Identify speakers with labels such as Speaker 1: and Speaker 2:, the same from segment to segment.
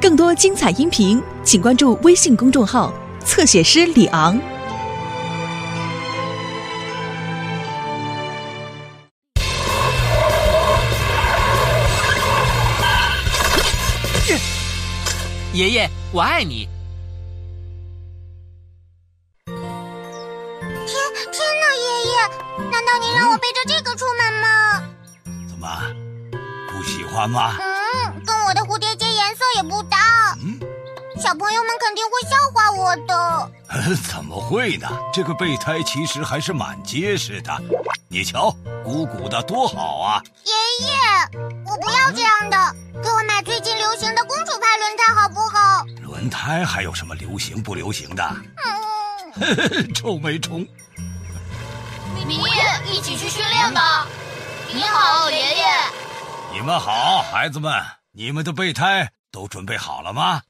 Speaker 1: 更多精彩音频，请关注微信公众号“侧写师李昂”。
Speaker 2: 爷爷，我爱你！
Speaker 3: 天天哪，爷爷，难道您让我背着这个出门吗？
Speaker 4: 怎么，不喜欢吗？
Speaker 3: 嗯，跟我的蝴蝶结颜色也不搭，
Speaker 4: 嗯，
Speaker 3: 小朋友们肯定会笑话我的。
Speaker 4: 怎么会呢？这个备胎其实还是蛮结实的，你瞧，鼓鼓的多好啊！
Speaker 3: 爷爷，我不要这样的，给我买最近流行的公主牌轮胎好不好？
Speaker 4: 轮胎还有什么流行不流行的？
Speaker 3: 嗯，
Speaker 4: 臭没虫！
Speaker 5: 明天一起去训练吧。你好，爷爷。
Speaker 4: 你们好，孩子们，你们的备胎都准备好了吗？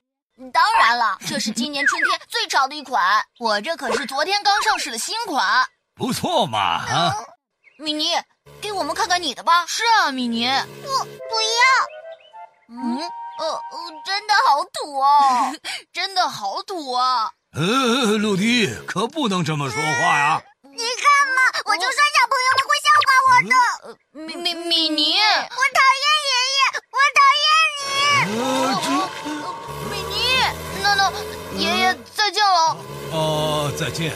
Speaker 5: 当然了，这是今年春天最潮的一款，我这可是昨天刚上市的新款。
Speaker 4: 不错嘛啊！
Speaker 5: 米妮，给我们看看你的吧。是啊，米妮。
Speaker 3: 不要，
Speaker 5: 嗯，呃，呃真的好土哦， 真的好土啊。
Speaker 4: 呃，陆地可不能这么说话呀、
Speaker 3: 你看嘛，我就说小朋友们会笑话我的，
Speaker 5: 呃，米米米妮，
Speaker 3: 我讨厌爷爷，我讨厌你。
Speaker 4: 呃，这
Speaker 5: 米妮，闹闹，爷爷再见了。
Speaker 4: 哦、再见。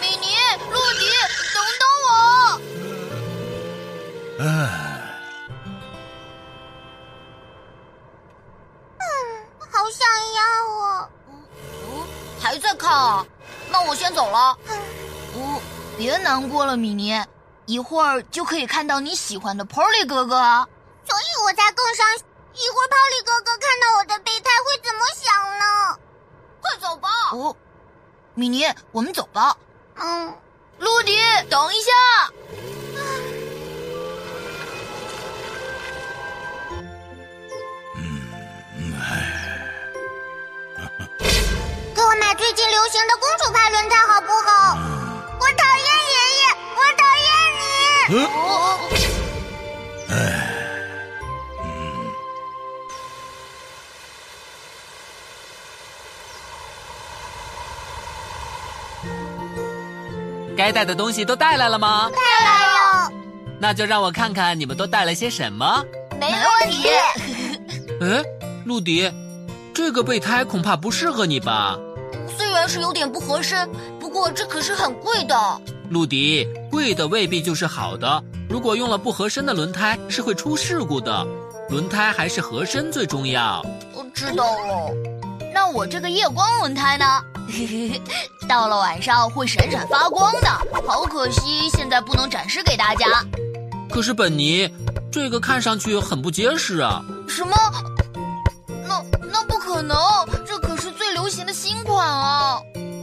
Speaker 5: 米妮，陆迪，等等我。
Speaker 4: 唉，
Speaker 3: 好想要哦！
Speaker 5: 哦，还在看啊？那我先走了。哦，别难过了，米妮，一会儿就可以看到你喜欢的 Polly 哥哥啊。
Speaker 3: 所以我才更伤心。一会儿泡利哥哥看到我的备胎会怎么想呢？
Speaker 5: 快走吧。哦，米妮，我们走吧。
Speaker 3: 嗯，
Speaker 5: 陆迪，等一下。
Speaker 3: 给我买最近流行的公主牌轮胎好不好？我讨厌爷爷，我讨厌你。
Speaker 4: 呃，
Speaker 5: 哦，
Speaker 2: 该带的东西都带来了吗？
Speaker 3: 太来了，
Speaker 2: 那就让我看看你们都带了些什么。
Speaker 3: 没
Speaker 5: 问题。
Speaker 2: 哎，陆迪，这个备胎恐怕不适合你吧？
Speaker 5: 虽然是有点不合身，不过这可是很贵的。
Speaker 2: 陆迪，贵的未必就是好的，如果用了不合身的轮胎，是会出事故的。轮胎还是合身最重要。
Speaker 5: 我知道了。那我这个夜光轮胎呢？ 到了晚上会闪闪发光的，好可惜，现在不能展示给大家。
Speaker 2: 可是本尼，这个看上去很不结实啊。
Speaker 5: 什么？那那不可能，这可是最流行的新款啊！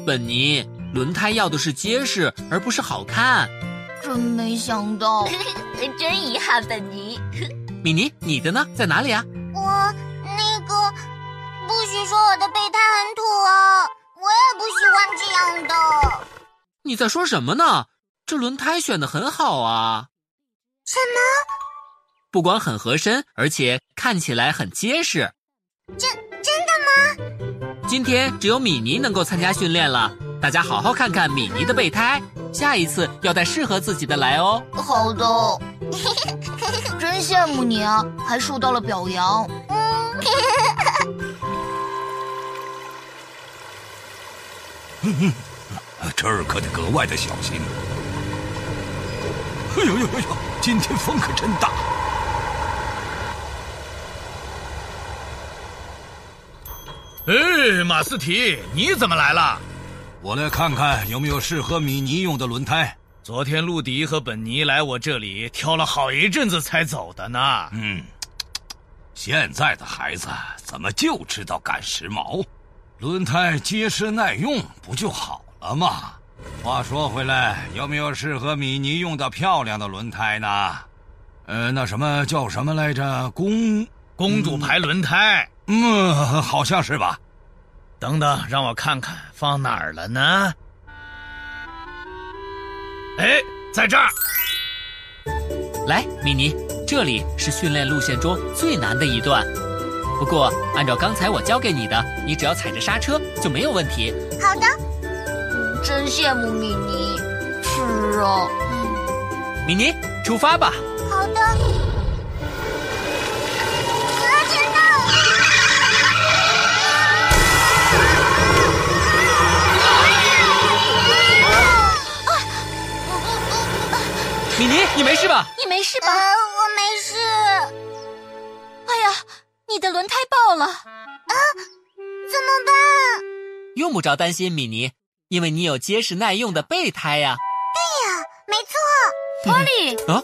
Speaker 2: 本尼，轮胎要的是结实，而不是好看。
Speaker 5: 真没想 到，真遗憾，本尼。
Speaker 2: 米妮，你的呢？在哪里啊？
Speaker 3: 我那个不许说我的备胎很土
Speaker 5: 哦
Speaker 3: 啊！我也不喜欢这样的。
Speaker 2: 你在说什么呢？这轮胎选的很好啊，
Speaker 3: 什么？
Speaker 2: 不光很合身，而且看起来很结实。
Speaker 3: 真真的吗？
Speaker 2: 今天只有米妮能够参加训练了，大家好好看看米妮的备胎，下一次要带适合自己的来哦。
Speaker 5: 好 的，真羡慕你啊，还受到了表扬。
Speaker 4: 啊这儿可得格外的小心。哎呦呦呦呦！今天风可真大。
Speaker 6: 哎，马斯提，你怎么来了？
Speaker 4: 我来看看有没有适合米妮用的轮胎。
Speaker 6: 昨天陆迪和本尼来我这里挑了好一阵子才走的呢。
Speaker 4: 嗯，现在的孩子怎么就知道赶时髦？轮胎结实耐用不就好了吗？话说回来，有没有适合米妮用的漂亮的轮胎呢？呃，那什么叫什么来着？公，
Speaker 6: 公主牌轮胎，
Speaker 4: 嗯，好像是吧？
Speaker 6: 等等，让我看看放哪儿了呢？哎，在这儿。
Speaker 2: 来，米妮，这里是训练路线中最难的一段，不过按照刚才我教给你的，你只要踩着刹车就没有问题。
Speaker 3: 好的，
Speaker 5: 真羡慕米妮。是啊，
Speaker 2: 米妮，出发吧！
Speaker 3: 好的。我要见到
Speaker 2: 米妮，你没事吧？
Speaker 5: 你没事
Speaker 3: 呃，
Speaker 5: 吧？
Speaker 3: 我没事。
Speaker 5: 哎呀，你的轮胎爆了！
Speaker 3: 怎么办？
Speaker 2: 用不着担心，米妮，因为你有结实耐用的备胎呀、
Speaker 3: 没 错，
Speaker 5: 波利，
Speaker 2: 啊。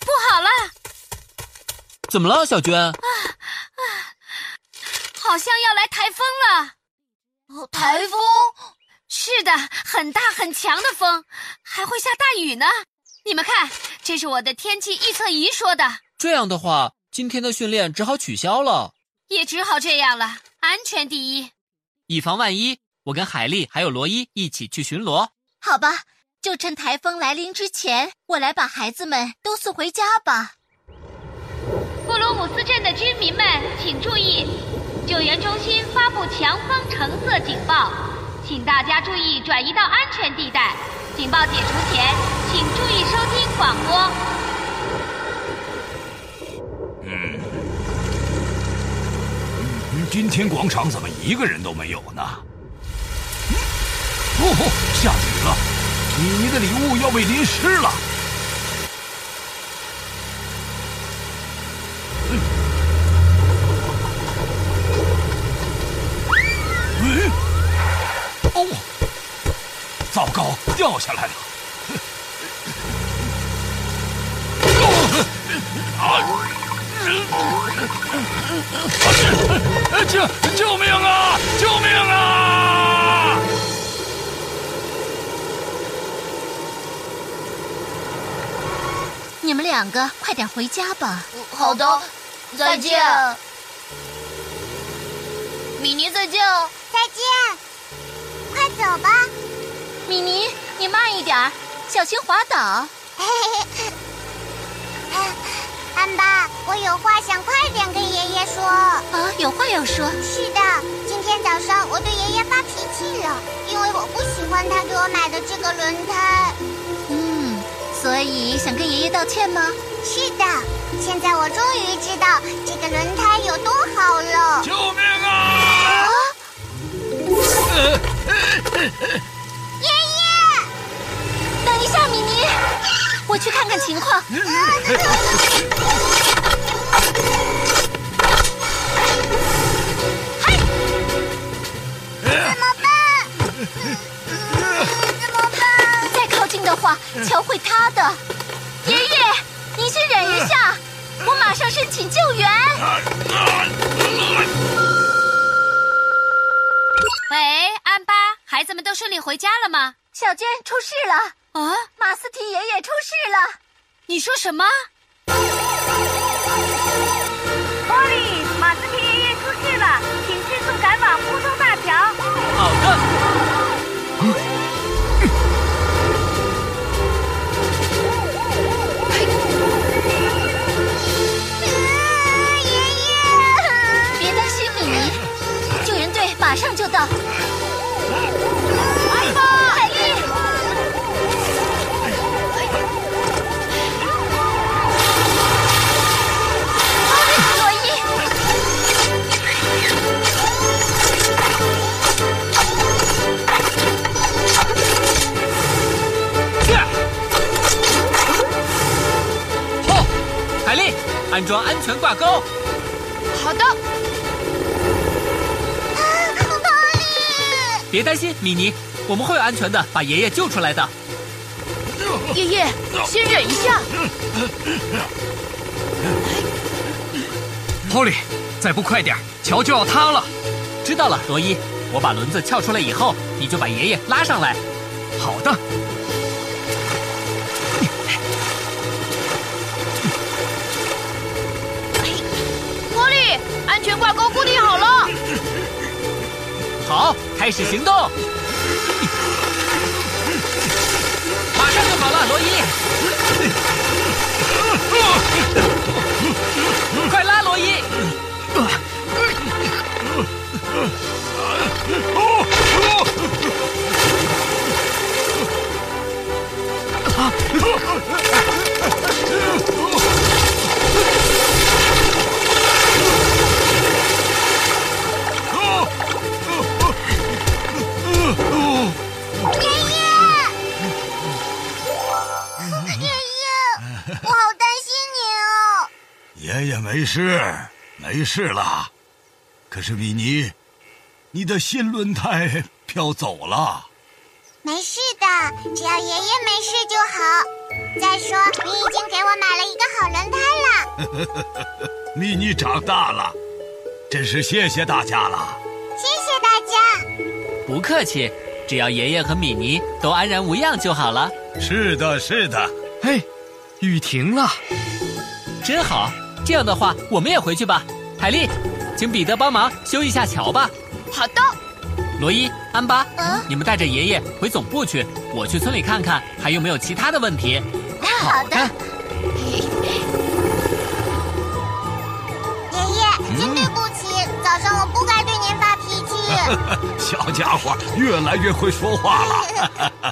Speaker 5: 不好了，
Speaker 2: 怎么了，小娟？
Speaker 5: 好像要来台风了。哦台风？是的，很大很强的风，还会下大雨呢。你们看，这是我的天气预测仪说的，
Speaker 2: 这样的话，今天的训练只好取消了。
Speaker 5: 也只好这样了。安全第一，
Speaker 2: 以防万一，我跟海丽还有罗伊一起去巡逻。
Speaker 5: 好吧？就趁台风来临之前，我来把孩子们都送回家吧。
Speaker 7: 布鲁姆斯镇的居民们请注意，救援中心发布强风橙色警报，请大家注意转移到安全地带。警报解除前，请注意收听广播。
Speaker 4: 嗯今天广场怎么一个人都没有呢？嗯哦吼，下雨了，米妮的礼物要被淋湿了。嗯，嗯哦，糟糕，掉下来了。哦救哎救命啊！救命啊！
Speaker 5: 你们两个快点回家吧。
Speaker 3: 好的，
Speaker 5: 再见。米妮，再见。
Speaker 3: 再见。快走吧。
Speaker 5: 米妮，你慢一点儿，小心滑倒。啊
Speaker 3: 嘿嘿嘿。啊安巴，我有话想快点跟爷爷说。
Speaker 5: 啊，有话要说。
Speaker 3: 是的，今天早上我对爷爷发脾气了，因为我不喜欢他给我买的这个轮胎。
Speaker 5: 嗯，所以想跟爷爷道歉吗？
Speaker 3: 是的，现在我终于知道这个轮胎有多好了。
Speaker 4: 救命啊！
Speaker 3: 爷爷，
Speaker 5: 等一下，米妮，我去看看情况。
Speaker 3: 怎么办？
Speaker 5: 再靠近的话，桥会塌的。爷爷，您先忍一下，
Speaker 7: 嗯
Speaker 5: 我马上申请救援。
Speaker 7: 喂，安巴，孩子们都顺利回家了吗？
Speaker 5: 小娟出事了，
Speaker 7: 啊，
Speaker 5: 马斯提爷爷出事了。
Speaker 7: 你说什么？
Speaker 2: 好的。
Speaker 5: 别担心，米妮，救援队马上就到。安巴，海丽，罗伊，
Speaker 2: 吼，哦海丽，安装安全挂钩。
Speaker 5: 好的，
Speaker 2: 别担心，米妮，我们会有安全的把爷爷救出来的。
Speaker 5: 爷爷，先忍一下。
Speaker 6: ，Polly，再不快点，桥就要塌了。
Speaker 2: 知道了，罗伊，我把轮子撬出来以后，你就把爷爷拉上来。
Speaker 6: 好的，
Speaker 5: 波利，安全挂钩固定好了。
Speaker 2: 好，开始行动。马上就好了，罗伊。快拉，罗伊！
Speaker 6: 呃
Speaker 3: 哦
Speaker 4: 没事，没事了。可是米妮，你的新轮胎飘走了。
Speaker 3: 没事的，只要爷爷没事就好。再说，你已经给我买了一个好轮胎了，
Speaker 4: 米妮长大了，真是谢谢大家了。
Speaker 3: 谢谢大家。
Speaker 2: 不客气，只要爷爷和米妮都安然无恙就好了。
Speaker 4: 是的，是的。
Speaker 6: 哎，雨停 了。
Speaker 2: 真好，这样的话我们也回去吧。海丽，请彼得帮忙修一下桥吧。
Speaker 5: 好的，
Speaker 2: 罗伊、安巴，
Speaker 3: 嗯
Speaker 2: 你们带着爷爷回总部去，我去村里看看还有没有其他的问题。
Speaker 3: 好的。爷爷，真对不起，早上我不该对您发脾气。
Speaker 4: 小家伙越来越会说话了。